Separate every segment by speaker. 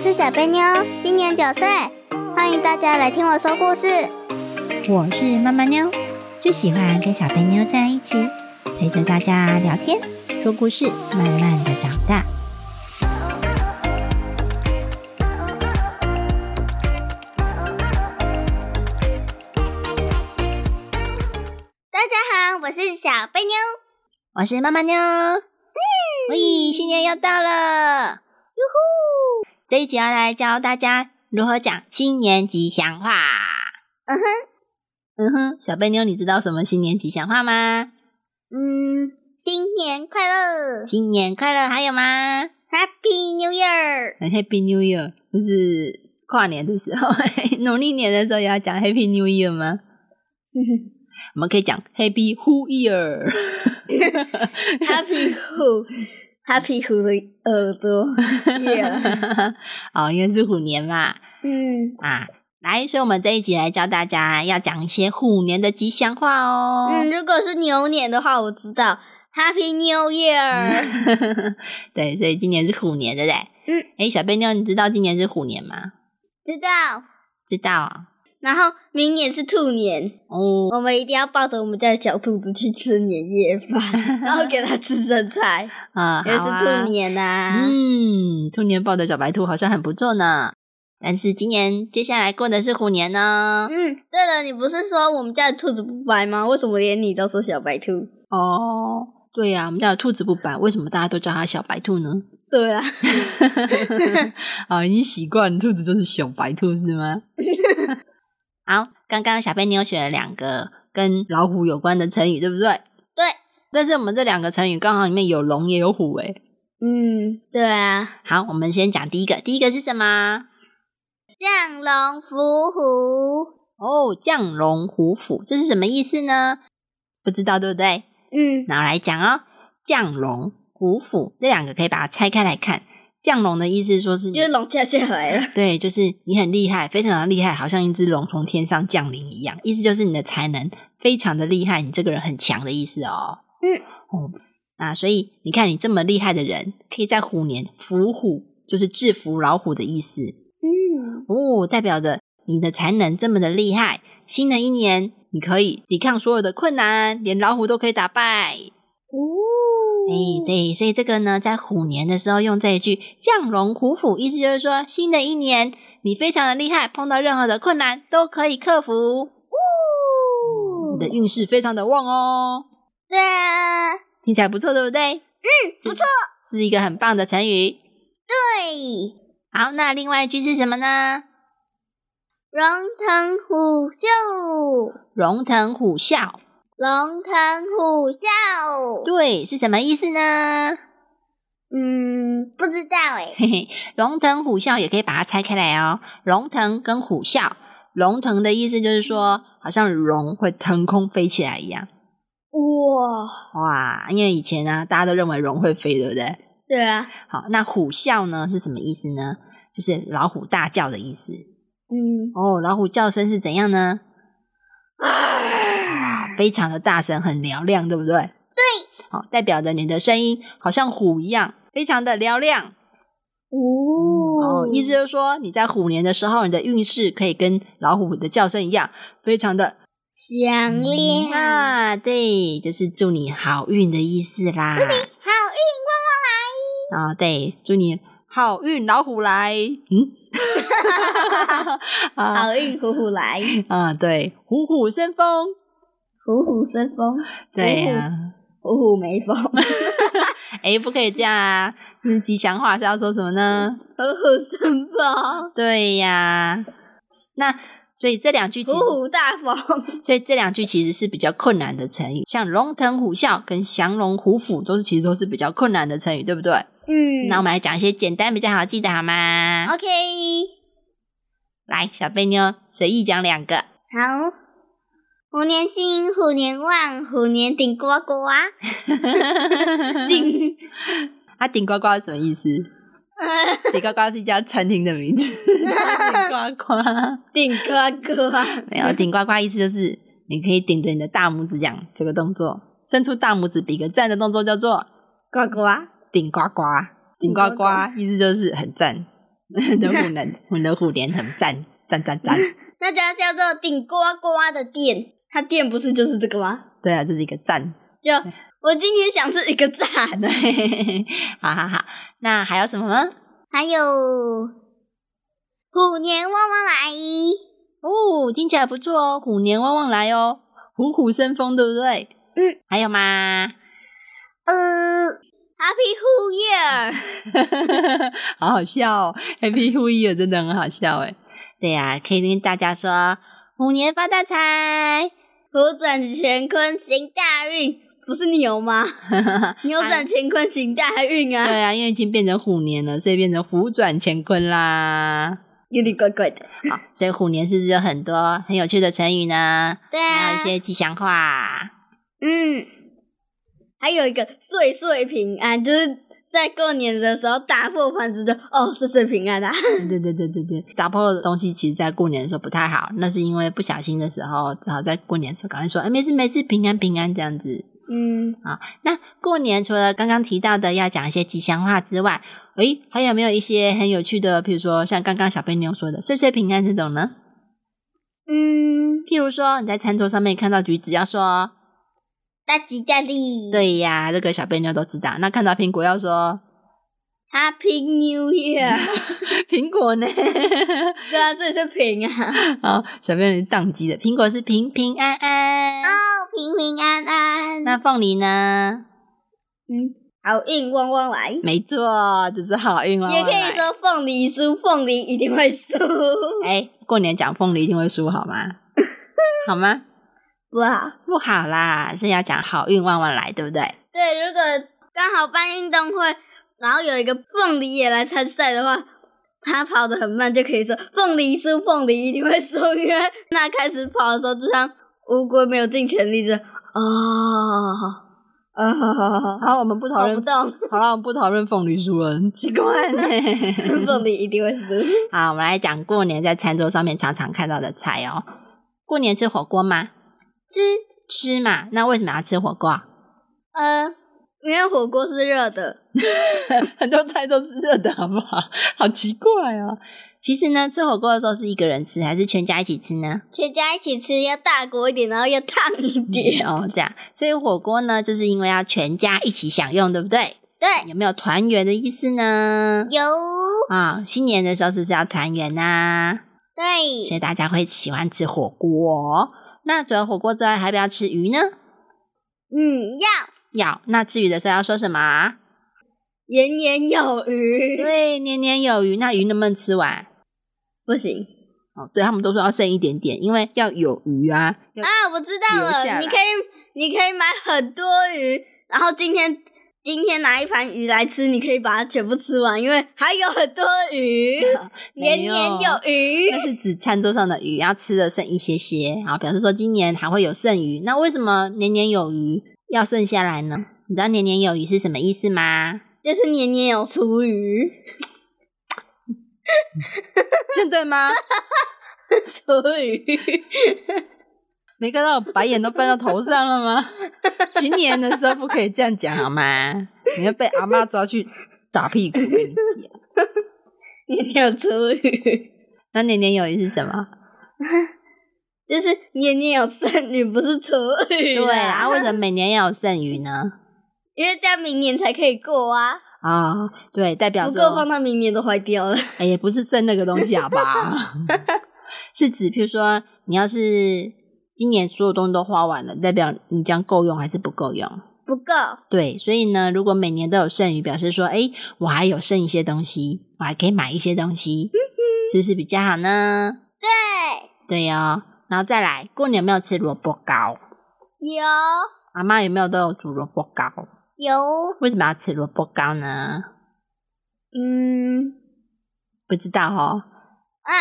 Speaker 1: 是小贝妞，今年九岁，欢迎大家来听我说故事。
Speaker 2: 我是妈妈妞，最喜欢跟小贝妞在一起，陪着大家聊天、说故事，慢慢的长大。
Speaker 1: 大家好，我是小贝妞。
Speaker 2: 我是妈妈妞，喂，新年要到了，
Speaker 1: 哟呼，
Speaker 2: 这一集要来教大家如何讲新年吉祥话。
Speaker 1: 嗯哼，
Speaker 2: 嗯哼，小贝妞，你知道什么新年吉祥话吗？
Speaker 1: 嗯，新年快乐
Speaker 2: 新年快乐，还有吗
Speaker 1: ，Happy New Year！
Speaker 2: ？Happy New Year，就是跨年的时候， 农历年的时候也要讲 Happy New Year 吗？我们可以讲 Happy Who Year。
Speaker 1: Happy Who，Happy Who 的 耳 朵，Yeah，
Speaker 2: 哦，因为是虎年嘛，
Speaker 1: 嗯
Speaker 2: 啊，来，所以我们这一集来教大家要讲一些虎年的吉祥话哦。
Speaker 1: 嗯，如果是牛年的话，我知道 Happy New Year，
Speaker 2: 对，所以今年是虎年，对不对？
Speaker 1: 嗯。
Speaker 2: 哎，小贝妞，你知道今年是虎年吗？
Speaker 1: 知道。
Speaker 2: 知道啊。
Speaker 1: 然后明年是兔年，
Speaker 2: 哦，
Speaker 1: 我们一定要抱着我们家的小兔子去吃年夜饭，然后给它吃剩菜，
Speaker 2: 啊，
Speaker 1: 因为是
Speaker 2: 好啊
Speaker 1: 兔。年呐、
Speaker 2: 嗯，兔年抱的小白兔好像很不错呢。但是今年接下来过的是虎年哦呢。
Speaker 1: 嗯，对了，你不是说我们家的兔子不白吗？为什么连你都说小白兔？
Speaker 2: 哦，对呀、我们家有兔子不白，为什么大家都叫它小白兔呢？
Speaker 1: 对啊，
Speaker 2: 啊，已经习惯兔子就是小白兔是吗？ 好，刚刚小贝妞选了两个跟老虎有关的成语，对不对？
Speaker 1: 对。
Speaker 2: 但是我们这两个成语刚好里面有龙也有虎，诶
Speaker 1: 嗯，对啊，
Speaker 2: 好，我们先讲第一个，第一个是什么？
Speaker 1: 降龙伏虎。
Speaker 2: 哦，降龙虎虎，这是什么意思呢？不知道，对不对？
Speaker 1: 嗯
Speaker 2: 那我来讲哦，降龙虎虎这两个可以把它拆开来看。降龙的意思说是你
Speaker 1: 就是龙跳下来了。
Speaker 2: 对，就是你很厉害，非常的厉害，好像一只龙从天上降临一样。意思就是你的才能非常的厉害，你这个人很强的意思哦。
Speaker 1: 嗯，
Speaker 2: 哦，那所以你看，你这么厉害的人，可以在虎年伏虎，就是制服老虎的意思
Speaker 1: 嗯，
Speaker 2: 哦，代表着你的才能这么的厉害。新的一年，你可以抵抗所有的困难，连老虎都可以打败。
Speaker 1: 哦，
Speaker 2: 哎、对，所以这个呢，在虎年的时候用这一句“降龙虎虎”，意思就是说，新的一年你非常的厉害，碰到任何的困难都可以克服，你的运势非常的旺哦，
Speaker 1: 对啊，
Speaker 2: 听起来不错，对不对？嗯，不错，是一个很棒的成语。
Speaker 1: 对，
Speaker 2: 好，那另外一句是什么呢？
Speaker 1: 龙腾虎啸，
Speaker 2: 龙腾虎啸，
Speaker 1: 龙腾虎啸。
Speaker 2: 对，是什么意思呢？
Speaker 1: 嗯，不知道哎。
Speaker 2: 嘿嘿，龙腾虎啸也可以把它拆开来哦。龙腾跟虎啸，龙腾的意思就是说，好像龙会腾空飞起来一样。
Speaker 1: 哇，
Speaker 2: 哇，因为以前呢、大家都认为龙会飞，对不对？
Speaker 1: 对啊，
Speaker 2: 好，那虎啸呢是什么意思呢？就是老虎大叫的意思。
Speaker 1: 嗯，
Speaker 2: 哦，老虎叫声是怎样呢？
Speaker 1: 啊，
Speaker 2: 啊，非常的大声，很嘹亮，对不对？对。好，代表着你的声音好像虎一样，非常的嘹亮。
Speaker 1: 哦
Speaker 2: 哦，意思就是说你在虎年的时候，你的运势可以跟老虎的叫声一样，非常的
Speaker 1: 响亮，好
Speaker 2: 啊，对，就是祝你好运的意思啦。
Speaker 1: 运
Speaker 2: 啊、对，祝你好运老虎来。嗯，
Speaker 1: 旺旺来，
Speaker 2: 啊
Speaker 1: 好运虎虎来，
Speaker 2: 啊，对，虎虎生风。
Speaker 1: 虎虎生风，
Speaker 2: 对呀、
Speaker 1: 虎虎没风，虎
Speaker 2: 啊，哎，不可以这样啊！那吉祥话是要说什么呢？
Speaker 1: 虎生风，
Speaker 2: 对呀、那所以这两句其
Speaker 1: 虎
Speaker 2: 实，
Speaker 1: 虎大风，
Speaker 2: 所以这两句其实是比较困难的成语，像龙腾虎啸跟降龙虎虎都是其实都是比较困难的成语，对不对？
Speaker 1: 嗯
Speaker 2: 那我们来讲一些简单比较好记的好吗？
Speaker 1: OK，
Speaker 2: 来，小贝妞随意讲两个。
Speaker 1: 好，虎年行，虎年旺，虎年顶呱呱，顶，
Speaker 2: 它啊顶呱呱是什么意思？顶呱呱是一家餐厅的 名字，叫顶呱呱。
Speaker 1: 顶呱呱，
Speaker 2: 没有顶呱呱意思就是你可以顶着你的大拇指讲这个动作，伸出大拇指比个赞的动作叫做
Speaker 1: 呱呱，
Speaker 2: 顶呱呱。顶呱
Speaker 1: 顶呱
Speaker 2: 呱意思就是很赞，的虎 能，我们的虎年很赞赞赞赞。
Speaker 1: 那家叫做顶呱呱的店，它店不是就是这个吗？
Speaker 2: 对啊，这是一个赞。
Speaker 1: 就我今天想是一个赞，
Speaker 2: 对，好好好。那还有什么吗？
Speaker 1: 还有虎年旺旺来，
Speaker 2: 哦，听起来不错哦，虎年旺旺来哦，虎虎生风，对不对？
Speaker 1: 嗯，
Speaker 2: 还有吗？
Speaker 1: 呃，Happy Who Year，
Speaker 2: 好好笑哦，Happy New Year 真的很好笑哎。对呀、可以跟大家说虎年发大财，
Speaker 1: 扭转乾坤行大运，不是牛吗？扭转乾坤行大运啊，
Speaker 2: 对啊，因为已经变成虎年了，所以变成虎转乾坤啦。
Speaker 1: 有点怪怪的。
Speaker 2: 好，所以虎年是不是有很多很有趣的成语 呢？
Speaker 1: 对
Speaker 2: 还有
Speaker 1: 啊
Speaker 2: 一，些吉祥话。
Speaker 1: 嗯，还有一个岁岁平安，就是在过年的时候打破盘子的哦，岁岁平安啊。
Speaker 2: 对对对对对，打破的东西其实，在过年的时候不太好，那是因为不小心的时候，只好在过年的时候赶快说，哎，没事没事，平安平安这样子。
Speaker 1: 嗯，
Speaker 2: 那过年除了刚刚提到的要讲一些吉祥话之外，诶，还有没有一些很有趣的，譬如说像刚刚小贝妞说的“岁岁平安”这种呢？
Speaker 1: 嗯，
Speaker 2: 譬如说你在餐桌上面看到橘子，要说
Speaker 1: 大吉大利，
Speaker 2: “对呀”，这个小贝妞都知道。那看到苹果要说
Speaker 1: ，Happy New Year，
Speaker 2: “苹果 呢
Speaker 1: 对啊，所以是平 啊，哦，”，
Speaker 2: 好，小贝妞宕机的，苹果是平平安安。
Speaker 1: 平平安安，
Speaker 2: 那凤梨呢？
Speaker 1: 嗯，好运旺旺来，
Speaker 2: 没错，就是好运旺
Speaker 1: 也
Speaker 2: 旺
Speaker 1: 可
Speaker 2: 来
Speaker 1: 以说凤梨酥，凤梨一定会输，
Speaker 2: 哎，过年讲凤梨一定会输，好吗？ 好吗？
Speaker 1: 哇，
Speaker 2: 不好啦，是要讲好运旺旺来，对不对？
Speaker 1: 对，如果刚好办运动会，然后有一个凤梨也来参赛的话，他跑得很慢，就可以说凤梨输，凤梨一定会输，因为那开始跑的时候，就像乌龟没有尽全力就哦哦，
Speaker 2: 好，我们不讨
Speaker 1: 跑不
Speaker 2: 论，
Speaker 1: 动，
Speaker 2: 好了，我们不讨论凤梨酥了，很奇怪呢。
Speaker 1: 凤梨一定会输。
Speaker 2: 好，我们来讲过年在餐桌上面常常看到的菜哦。过年吃火锅吗？吃吃嘛，那为什么要吃火锅啊？
Speaker 1: 呃，因为火锅是热的，
Speaker 2: 很多菜都是热的，好不好？好奇怪哦。其实呢，吃火锅的时候是一个人吃还是全家一起吃 呢？
Speaker 1: 全家一起吃要大锅一点，然后要烫一点。
Speaker 2: 哦，这样，所以火锅呢，就是因为要全家一起享用，对不对？
Speaker 1: 对，
Speaker 2: 有没有团圆的意思呢？
Speaker 1: 有
Speaker 2: 啊、新年的时候是不是要团圆啊呐、所
Speaker 1: 对
Speaker 2: 以大家会喜欢吃火锅、哦。那除了火锅之外，还不要吃鱼呢？
Speaker 1: 嗯要
Speaker 2: 要。那吃鱼的时候要说什么啊？
Speaker 1: 年年有余。
Speaker 2: 对，年年有余。那鱼能不能吃完？
Speaker 1: 不行。
Speaker 2: 哦，对他们都说要剩一点点，因为要有鱼啊。要
Speaker 1: 啊，我知道
Speaker 2: 留
Speaker 1: 了，
Speaker 2: 下
Speaker 1: 你
Speaker 2: 来
Speaker 1: 可以你可以买很多鱼，然后今天今天拿一盘鱼来吃，你可以把它全部吃完，因为还有很多鱼， 年
Speaker 2: 没有
Speaker 1: 年有余。
Speaker 2: 那是指餐桌上的鱼，要吃的剩一些些，好，表示说今年还会有剩余。那为什么年年有余要剩下来呢？你知道年年有余是什么意思吗？
Speaker 1: 就是年年有厨余，
Speaker 2: 这样对吗？
Speaker 1: 厨余。
Speaker 2: 没看到我白眼都翻到头上了吗？新年的时候不可以这样讲好吗？你要被阿妈抓去打屁股。跟你讲，
Speaker 1: 年年有厨余，
Speaker 2: 那年年有余是什么？
Speaker 1: 就是年年有剩余，不是厨余。
Speaker 2: 对啊，为什么每年要有剩余呢？
Speaker 1: 因为这样明年才可以过啊，
Speaker 2: 啊、对，代表
Speaker 1: 不过
Speaker 2: 说
Speaker 1: 放到明年都坏掉了。
Speaker 2: 哎也不是剩那个东西，好不好？是指，譬如说，你要是今年所有东西都花完了，代表你这样够用还是不够用？
Speaker 1: 不够，
Speaker 2: 对，所以呢，如果每年都有剩余，表示说，哎，我还有剩一些东西，我还可以买一些东西，
Speaker 1: 嗯
Speaker 2: 是不是比较好呢？
Speaker 1: 对，
Speaker 2: 对哦，然后再来，过年有没有吃萝卜糕？
Speaker 1: 有
Speaker 2: 阿妈有没有都有煮萝卜糕？
Speaker 1: 有，
Speaker 2: 为什么要吃萝卜糕呢？
Speaker 1: 嗯。
Speaker 2: 不知道哦。
Speaker 1: 啊，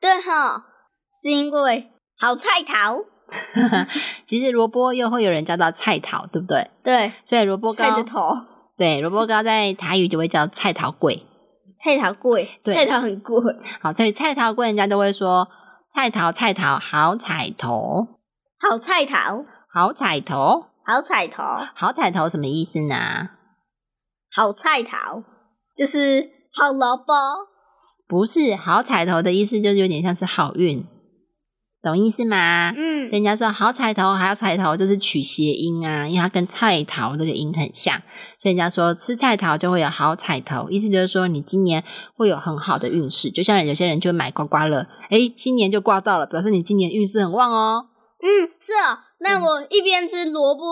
Speaker 1: 对哈，是因为好菜头，
Speaker 2: 其实萝卜又会有人叫到菜桃，对不对？
Speaker 1: 对，
Speaker 2: 所以萝卜
Speaker 1: 菜
Speaker 2: 糕
Speaker 1: 的，头，
Speaker 2: 对，萝卜糕在台语就会叫菜桃粿。
Speaker 1: 菜头贵，
Speaker 2: 对
Speaker 1: 菜头很贵，
Speaker 2: 好，所以菜桃粿人家都会说菜桃菜桃好彩头，
Speaker 1: 好菜头，
Speaker 2: 好彩头。
Speaker 1: 好彩头，
Speaker 2: 好彩头什么意思呢？
Speaker 1: 好菜头，就是好萝卜，
Speaker 2: 不是好彩头的意思，就是有点像是好运，懂意思吗？
Speaker 1: 嗯
Speaker 2: 所以人家说好彩头，还有彩头，就是取谐音啊，因为它跟菜桃这个音很像，所以人家说吃菜桃就会有好彩头，意思就是说你今年会有很好的运势。就像有些人就买刮刮乐，诶，新年就刮到了，表示你今年运势很旺哦。
Speaker 1: 嗯，是哦。那
Speaker 2: 嗯
Speaker 1: 我一边吃萝卜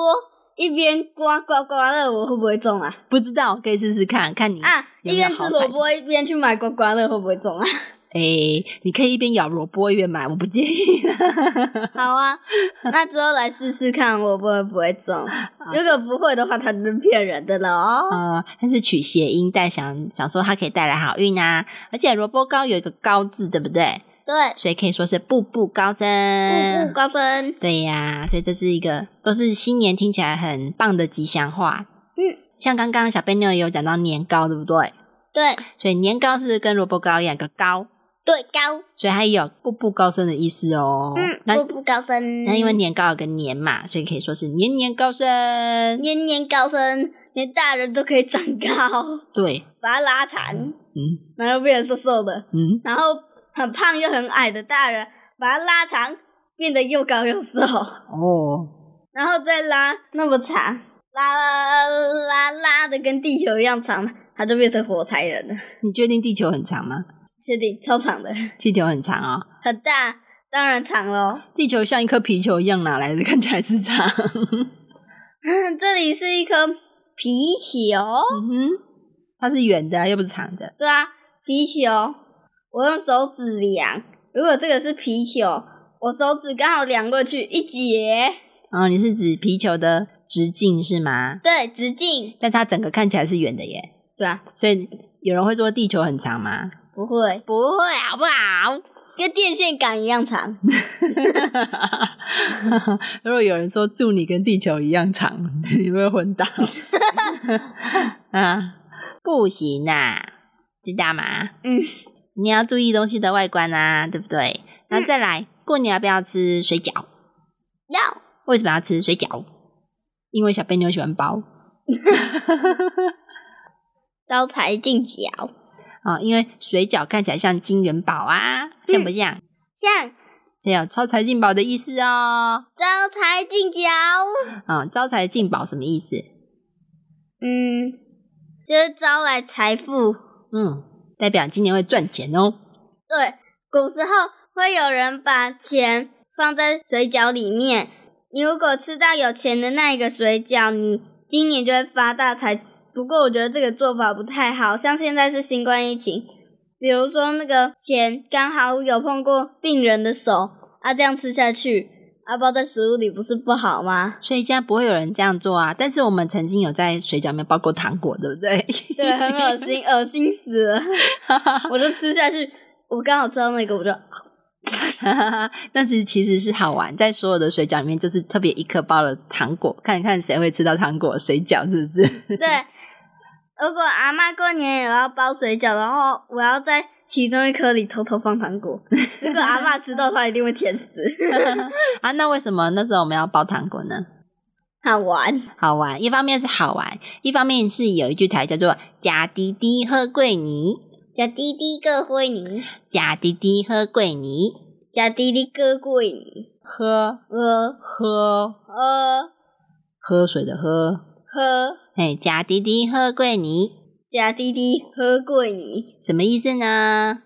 Speaker 1: 一边刮刮刮乐，我会不会中啊？
Speaker 2: 不知道可以试试看，看你
Speaker 1: 啊，
Speaker 2: 有
Speaker 1: 一
Speaker 2: 没有
Speaker 1: 边吃
Speaker 2: 好
Speaker 1: 萝
Speaker 2: 彩头
Speaker 1: 卜一边去买刮刮乐，会不会中啊？
Speaker 2: 诶，你可以一边咬萝卜一边买，我不介意。
Speaker 1: 好啊，那之后来试试看我会不会中。如果不会的话，他就是骗人的了哦。
Speaker 2: 呃，但是取谐音，但想想说它可以带来好运啊。而且萝卜糕有一个“高”字，对不对？
Speaker 1: 对，
Speaker 2: 所以可以说是步步高升。嗯
Speaker 1: 步步高升。
Speaker 2: 对呀、所以这是一个都是新年听起来很棒的吉祥话。
Speaker 1: 嗯，
Speaker 2: 像刚刚小贝妞也有讲到年糕，对不对？
Speaker 1: 对
Speaker 2: 所以年糕是跟萝卜糕一样有个高，
Speaker 1: 对高，
Speaker 2: 所以它也有步步高升的意思哦。那
Speaker 1: 嗯，步步高升。
Speaker 2: 那因为年糕有个年嘛，所以可以说是年年高升。
Speaker 1: 年年高升，连大人都可以长高，
Speaker 2: 对，
Speaker 1: 把它拉长，
Speaker 2: 嗯
Speaker 1: 然后变得瘦瘦的，
Speaker 2: 嗯，
Speaker 1: 然后很胖又很矮的大人，把它拉长，变得又高又瘦，
Speaker 2: 哦，
Speaker 1: 然后再拉那么长，拉拉拉拉拉的跟地球一样长，他就变成火柴人了。
Speaker 2: 你确定地球很长吗？
Speaker 1: 确定超长的，
Speaker 2: 地球很长哦，
Speaker 1: 很大，当然长喽。
Speaker 2: 地球像一颗皮球一样，哪来的 看起来是长？
Speaker 1: 这里是一颗皮球，
Speaker 2: 嗯哼，它是圆的，又不是长的。
Speaker 1: 对啊，皮球。我用手指量，如果这个是皮球，我手指刚好量过去一截，
Speaker 2: 哦，你是指皮球的直径是吗？
Speaker 1: 对，直径，
Speaker 2: 但它整个看起来是圆的耶，
Speaker 1: 对啊，
Speaker 2: 所以有人会说地球很长吗？
Speaker 1: 不会，
Speaker 2: 不会，好不好？
Speaker 1: 跟电线杆一样长。
Speaker 2: 如果有人说祝你跟地球一样长， 你会昏倒啊！不行啊，知道吗？
Speaker 1: 嗯，
Speaker 2: 你要注意东西的外观啊，对不对？那再来，过年要不要吃水饺？
Speaker 1: 要
Speaker 2: 为什么要吃水饺？因为小贝妞喜欢包
Speaker 1: 招财进角，
Speaker 2: 啊、因为水饺看起来像金元宝啊，像不像？
Speaker 1: 像
Speaker 2: 这有招财进宝的意思哦。
Speaker 1: 招财进角，
Speaker 2: 啊、招财进宝什么意思？
Speaker 1: 嗯，就是招来财富。
Speaker 2: 嗯，代表今年会赚钱哦。
Speaker 1: 对，古时候会有人把钱放在水饺里面，你如果吃到有钱的那一个水饺，你今年就会发大财。不过我觉得这个做法不太好，像现在是新冠疫情，比如说那个钱刚好有碰过病人的手，啊这样吃下去，啊包在食物里不是不好吗？
Speaker 2: 所以现在不会有人这样做啊。但是我们曾经有在水饺里面包过糖果，对不对？
Speaker 1: 对，很恶心，恶心死了， 我就吃下去，我刚好吃到那个，我就
Speaker 2: 但是其实是好玩，在所有的水饺里面，就是特别一颗包了糖果，看看谁会吃到糖果水饺，是不是？
Speaker 1: 对，如果阿妈过年也要包水饺，然后我要在其中一颗里偷偷放糖果，如果阿妈吃到，她一定会甜死，
Speaker 2: 啊，那为什么那时候我们要包糖果呢？
Speaker 1: 好玩。
Speaker 2: 好玩，一方面是好玩，一方面是有一句台叫做“假滴滴喝桂泥，
Speaker 1: 假滴滴各会你，
Speaker 2: 假滴滴喝桂泥，
Speaker 1: 假滴滴各会你，
Speaker 2: 喝
Speaker 1: 呃
Speaker 2: 喝
Speaker 1: 呃
Speaker 2: 喝水的喝，
Speaker 1: 喝，
Speaker 2: 哎，假滴滴喝桂泥”
Speaker 1: 假滴滴喝过你，
Speaker 2: 什么意思呢？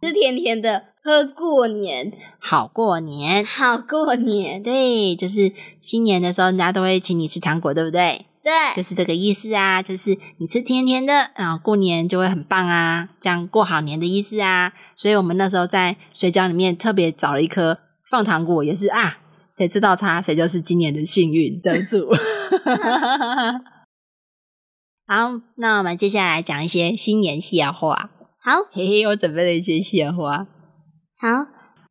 Speaker 1: 吃甜甜的，喝过年，
Speaker 2: 好过年。
Speaker 1: 好过年。
Speaker 2: 对，就是新年的时候，人家都会请你吃糖果，对不对？
Speaker 1: 对，
Speaker 2: 就是这个意思啊，就是你吃甜甜的，然后过年就会很棒啊，这样过好年的意思啊。所以我们那时候在水饺里面特别找了一颗放糖果，也是啊，谁吃到它，谁就是今年的幸运得主。 好，那我们接下来讲一些新年笑话。
Speaker 1: 好
Speaker 2: 嘿嘿，我准备了一些笑话。
Speaker 1: 好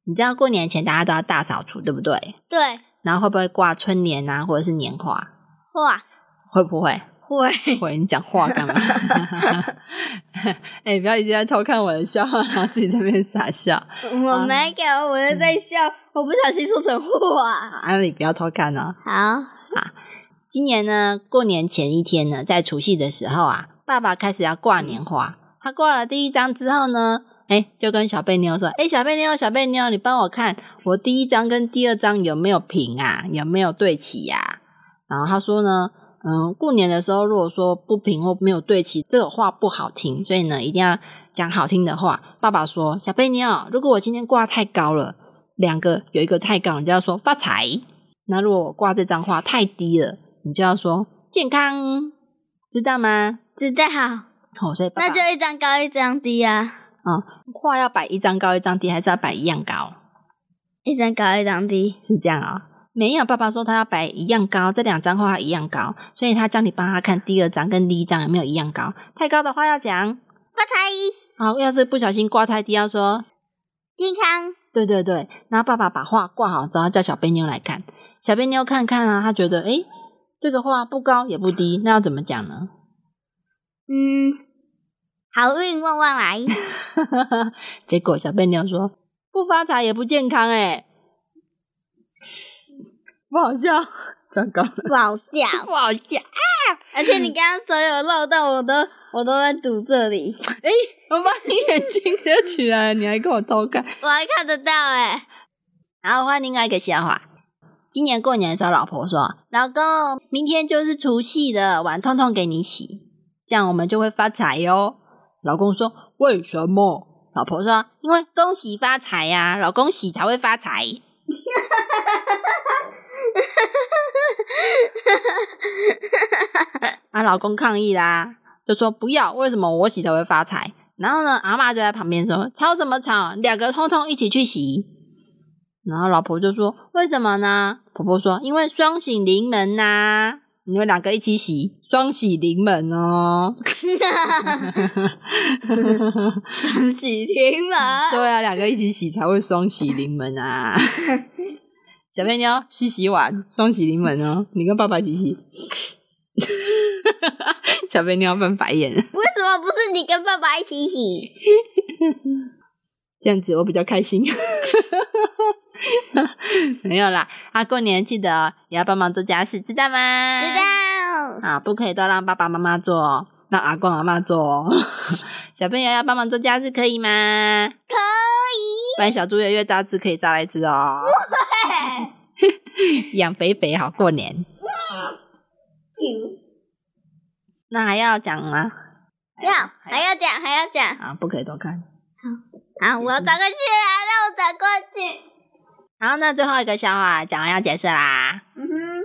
Speaker 2: 你知道过年前大家都要大扫除，对不对？
Speaker 1: 对，
Speaker 2: 然后会不会挂春联啊，或者是年画？
Speaker 1: 画
Speaker 2: 会不会？
Speaker 1: 会
Speaker 2: 会，你讲话干嘛？ 哎、不要一直在偷看我的笑话，然后自己在那边傻笑。
Speaker 1: 我没有，我是在笑，我不小心说成画。
Speaker 2: 啊，你不要偷看哦。
Speaker 1: 好，
Speaker 2: 今年呢，过年前一天呢，在除夕的时候啊，爸爸开始要挂年画。他挂了第一张之后呢，哎，就跟小贝妞说，哎，小贝妞，小贝妞，你帮我看我第一张跟第二张有没有平啊，有没有对齐呀、然后他说呢，嗯，过年的时候如果说不平或没有对齐，这种话不好听，所以呢，一定要讲好听的话。爸爸说，小贝妞，如果我今天挂太高了，两个有一个太高，你就要说发财；那如果我挂这张画太低了，你就要说健康，知道吗？
Speaker 1: 知道，
Speaker 2: 哦，所以爸
Speaker 1: 那
Speaker 2: 爸
Speaker 1: 就一张高一张低啊，
Speaker 2: 画要摆一张高一张低，还是要摆一样高？
Speaker 1: 一张高一张低。
Speaker 2: 是这样啊、没有，爸爸说他要摆一样高，这两张画一样高，所以他叫你帮他看第二张跟第一张有没有一样高。太高的话要讲，
Speaker 1: 发财，
Speaker 2: 好，要是不小心挂太低，要说
Speaker 1: 健康，
Speaker 2: 对对对。然后爸爸把画挂好之后，叫小贝妞来看，小贝妞看看啊，他觉得诶这个画不高也不低，那要怎么讲呢？
Speaker 1: 嗯，好运旺旺 来。
Speaker 2: 结果小贝妞说不发财也不健康、欸诶不好笑，糟糕了，
Speaker 1: 不好笑，啊
Speaker 2: 不好笑。
Speaker 1: 而且你刚刚所有漏洞我都我都在堵这里，
Speaker 2: 我把你眼睛遮起来，你还跟我偷看。
Speaker 1: 我还看得到哎、
Speaker 2: 然后换另外一个笑话。今年过年的时候，老婆说：“老 公，明天就是除夕了，碗通通给你洗，这样我们就会发财哟、老公说：“为什么？”老婆说：“因为恭喜发财呀、老公洗才会发财。” 啊，老公抗议啦，就说不要，为什么我洗才会发财？然后呢，阿嬷就在旁边说：“吵什么吵？两个通通一起去洗。”然后老婆就说：“为什么呢？”婆婆说：“因为双喜临门呐、你们两个一起洗，双喜临门哦。
Speaker 1: 恭喜临门，
Speaker 2: 对啊，两个一起洗才会双喜临门啊。小贝妞去洗碗，双喜临门哦。你跟爸爸一起洗。 小贝妞翻白眼，
Speaker 1: 为什么不是你跟爸爸一起洗？
Speaker 2: 这样子我比较开心。 没有啦，啊，过年记得哦也要帮忙做家事，知道吗？
Speaker 1: 知 道，
Speaker 2: 啊，不可以都让爸爸妈妈做哦，让阿公阿妈做哦。 小朋友要帮忙做家事，可以吗？
Speaker 1: 可以。
Speaker 2: 不然小猪越来越大只，可以炸来吃哦。养肥肥好过年，那还要讲吗？
Speaker 1: 不要，还要讲，还要讲。
Speaker 2: 啊，不可以多看。
Speaker 1: 好，我要转过去啊，让我转过去。
Speaker 2: 然后那最后一个笑话讲完要结束啦。
Speaker 1: 嗯哼，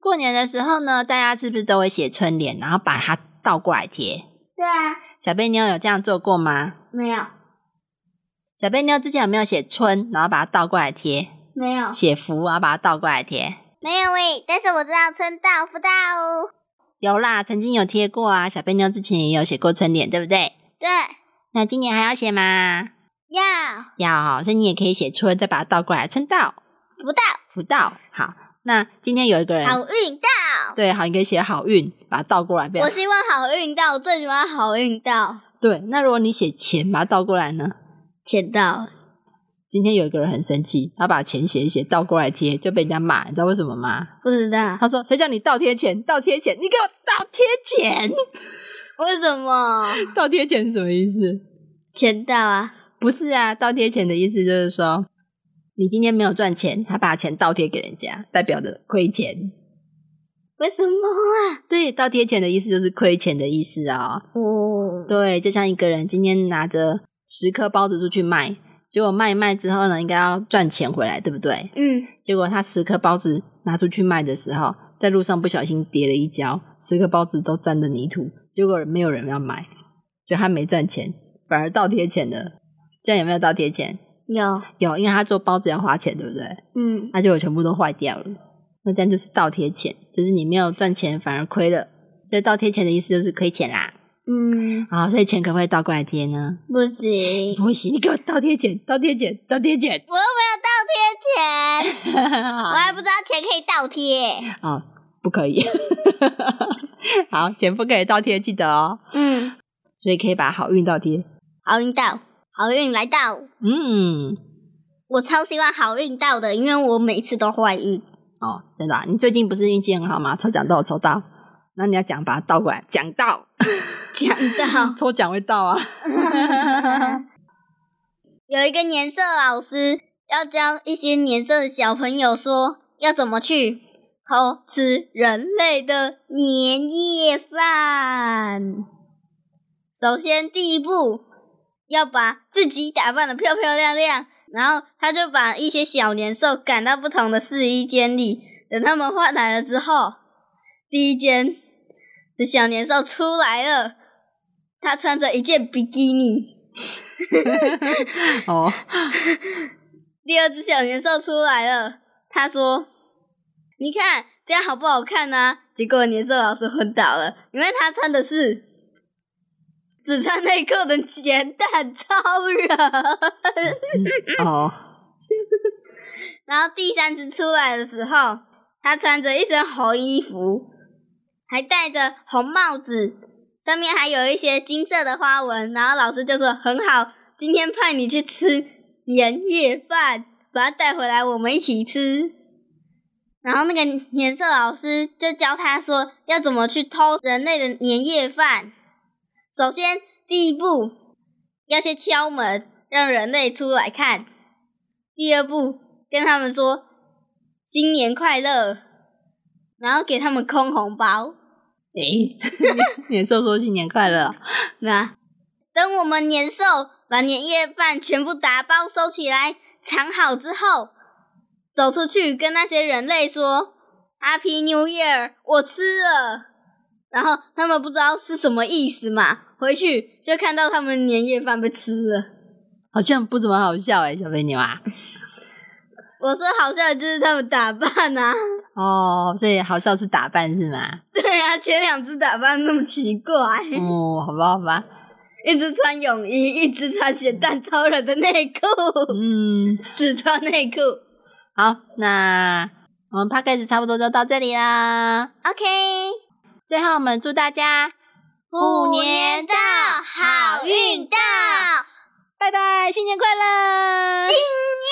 Speaker 2: 过年的时候呢，大家是不是都会写春联，然后把它倒过来贴？
Speaker 1: 对啊，
Speaker 2: 小贝妞有这样做过吗？
Speaker 1: 没有，
Speaker 2: 小贝妞之前有没有写春，然后把它倒过来贴？
Speaker 1: 没有，
Speaker 2: 写福，然后把它倒过来贴？
Speaker 1: 没有喂。但是我知道春到福到哦。
Speaker 2: 有啦，曾经有贴过啊，小贝妞之前也有写过春联，对不对？
Speaker 1: 对，
Speaker 2: 那今年还要写吗？
Speaker 1: 要
Speaker 2: 要哦，所以你也可以写春，再把它倒过来，春到
Speaker 1: 福到，
Speaker 2: 福到。好，那今天有一个人，
Speaker 1: 好运到。
Speaker 2: 对，好，你可以写好运，把它倒过来变
Speaker 1: 我。希望好运到，我最喜欢好运到，
Speaker 2: 对，那如果你写钱，把它倒过来呢？
Speaker 1: 捡到。
Speaker 2: 今天有一个人很生气，他把钱写一写倒过来贴，就被人家骂，你知道为什么吗？
Speaker 1: 不知道
Speaker 2: 他说：“谁叫你倒贴钱？倒贴钱！你给我倒贴钱！
Speaker 1: 为什么
Speaker 2: 倒贴钱是什么意思？”
Speaker 1: 捡到啊？
Speaker 2: 不是啊，倒贴钱的意思就是说，你今天没有赚钱，他把钱倒贴给人家，代表着亏钱。
Speaker 1: 为什么啊？
Speaker 2: 对，倒贴钱的意思就是亏钱的意思哦。
Speaker 1: 哦，
Speaker 2: 对，就像一个人今天拿着十颗包子出去卖，结果卖一卖之后呢，应该要赚钱回来，对不对？
Speaker 1: 嗯，
Speaker 2: 结果他十颗包子拿出去卖的时候，在路上不小心跌了一跤，十颗包子都沾着泥土，结果没有人要买，就他没赚钱，反而倒贴钱了。这样有没有倒贴钱？
Speaker 1: 有，
Speaker 2: 有，因为他做包子要花钱，对不对？
Speaker 1: 嗯，
Speaker 2: 那结果全部都坏掉了。那这样就是倒贴钱，就是你没有赚钱反而亏了。所以倒贴钱的意思就是亏钱啦。
Speaker 1: 嗯，
Speaker 2: 好，所以钱可不可以倒过来贴呢？
Speaker 1: 不行，
Speaker 2: 不行，你给我倒贴钱，倒贴钱，倒贴钱。
Speaker 1: 我又没有倒 贴钱，我
Speaker 2: 好
Speaker 1: 还不知道钱可以倒贴。
Speaker 2: 哦，不可以。 好，钱不可以倒贴，记得哦。
Speaker 1: 嗯，
Speaker 2: 所以可以把好运倒贴。
Speaker 1: 好运到，好运来到，
Speaker 2: 嗯，
Speaker 1: 我超希望好运到的，因为我每次都坏运。
Speaker 2: 哦，真的啊、你最近不是运气很好吗？抽奖都有抽到，那你要讲把它倒过来，讲到。
Speaker 1: 讲到
Speaker 2: 抽奖会到啊。
Speaker 1: 有一个年社老师要教一些年社的小朋友说要怎么去偷吃人类的年夜饭。首先，第一步要把自己打扮的漂漂亮亮，然后他就把一些小年兽赶到不同的试衣间里，等他们换来了之后，第一间的小年兽出来了，他穿着一件比基尼。
Speaker 2: 哦，
Speaker 1: 第二只小年兽出来了，他说：“你看这样好不好看呢、啊结果年兽老师昏倒了，因为他穿的是 只穿内裤的咸蛋超人。
Speaker 2: 哦，
Speaker 1: 然后第三只出来的时候，他穿着一身红衣服，还戴着红帽子，上面还有一些金色的花纹。然后老师就说：“很好，今天派你去吃年夜饭，把它带回来，我们一起吃。”然后那个年色老师就教他说要怎么去偷人类的年夜饭。首先，第一步要先敲门，让人类出来看。第二步跟他们说新年快乐，然后给他们空红包。
Speaker 2: 诶、 年兽说新年快乐，
Speaker 1: 那等我们年兽把年夜饭全部打包收起来，藏好之后，走出去跟那些人类说 “Happy New Year”，我吃了。然后他们不知道是什么意思嘛，回去就看到他们年夜饭被吃了。
Speaker 2: 好像不怎么好笑诶、小肥牛啊。
Speaker 1: 我说好笑的就是他们打扮啊，
Speaker 2: 哦，所以好笑是打扮是吗？
Speaker 1: 对啊，前两只打扮那么奇怪。
Speaker 2: 哦，好吧，好吧，
Speaker 1: 一直穿泳衣，一直穿咸蛋超人的内裤，
Speaker 2: 嗯，
Speaker 1: 只穿内裤。
Speaker 2: 好，那我们 p o d c a s 差不多就到这里啦。
Speaker 1: OK，
Speaker 2: 最后，我们祝大家
Speaker 1: 虎年到，好运到，
Speaker 2: 拜拜，新年快乐！
Speaker 1: 新年。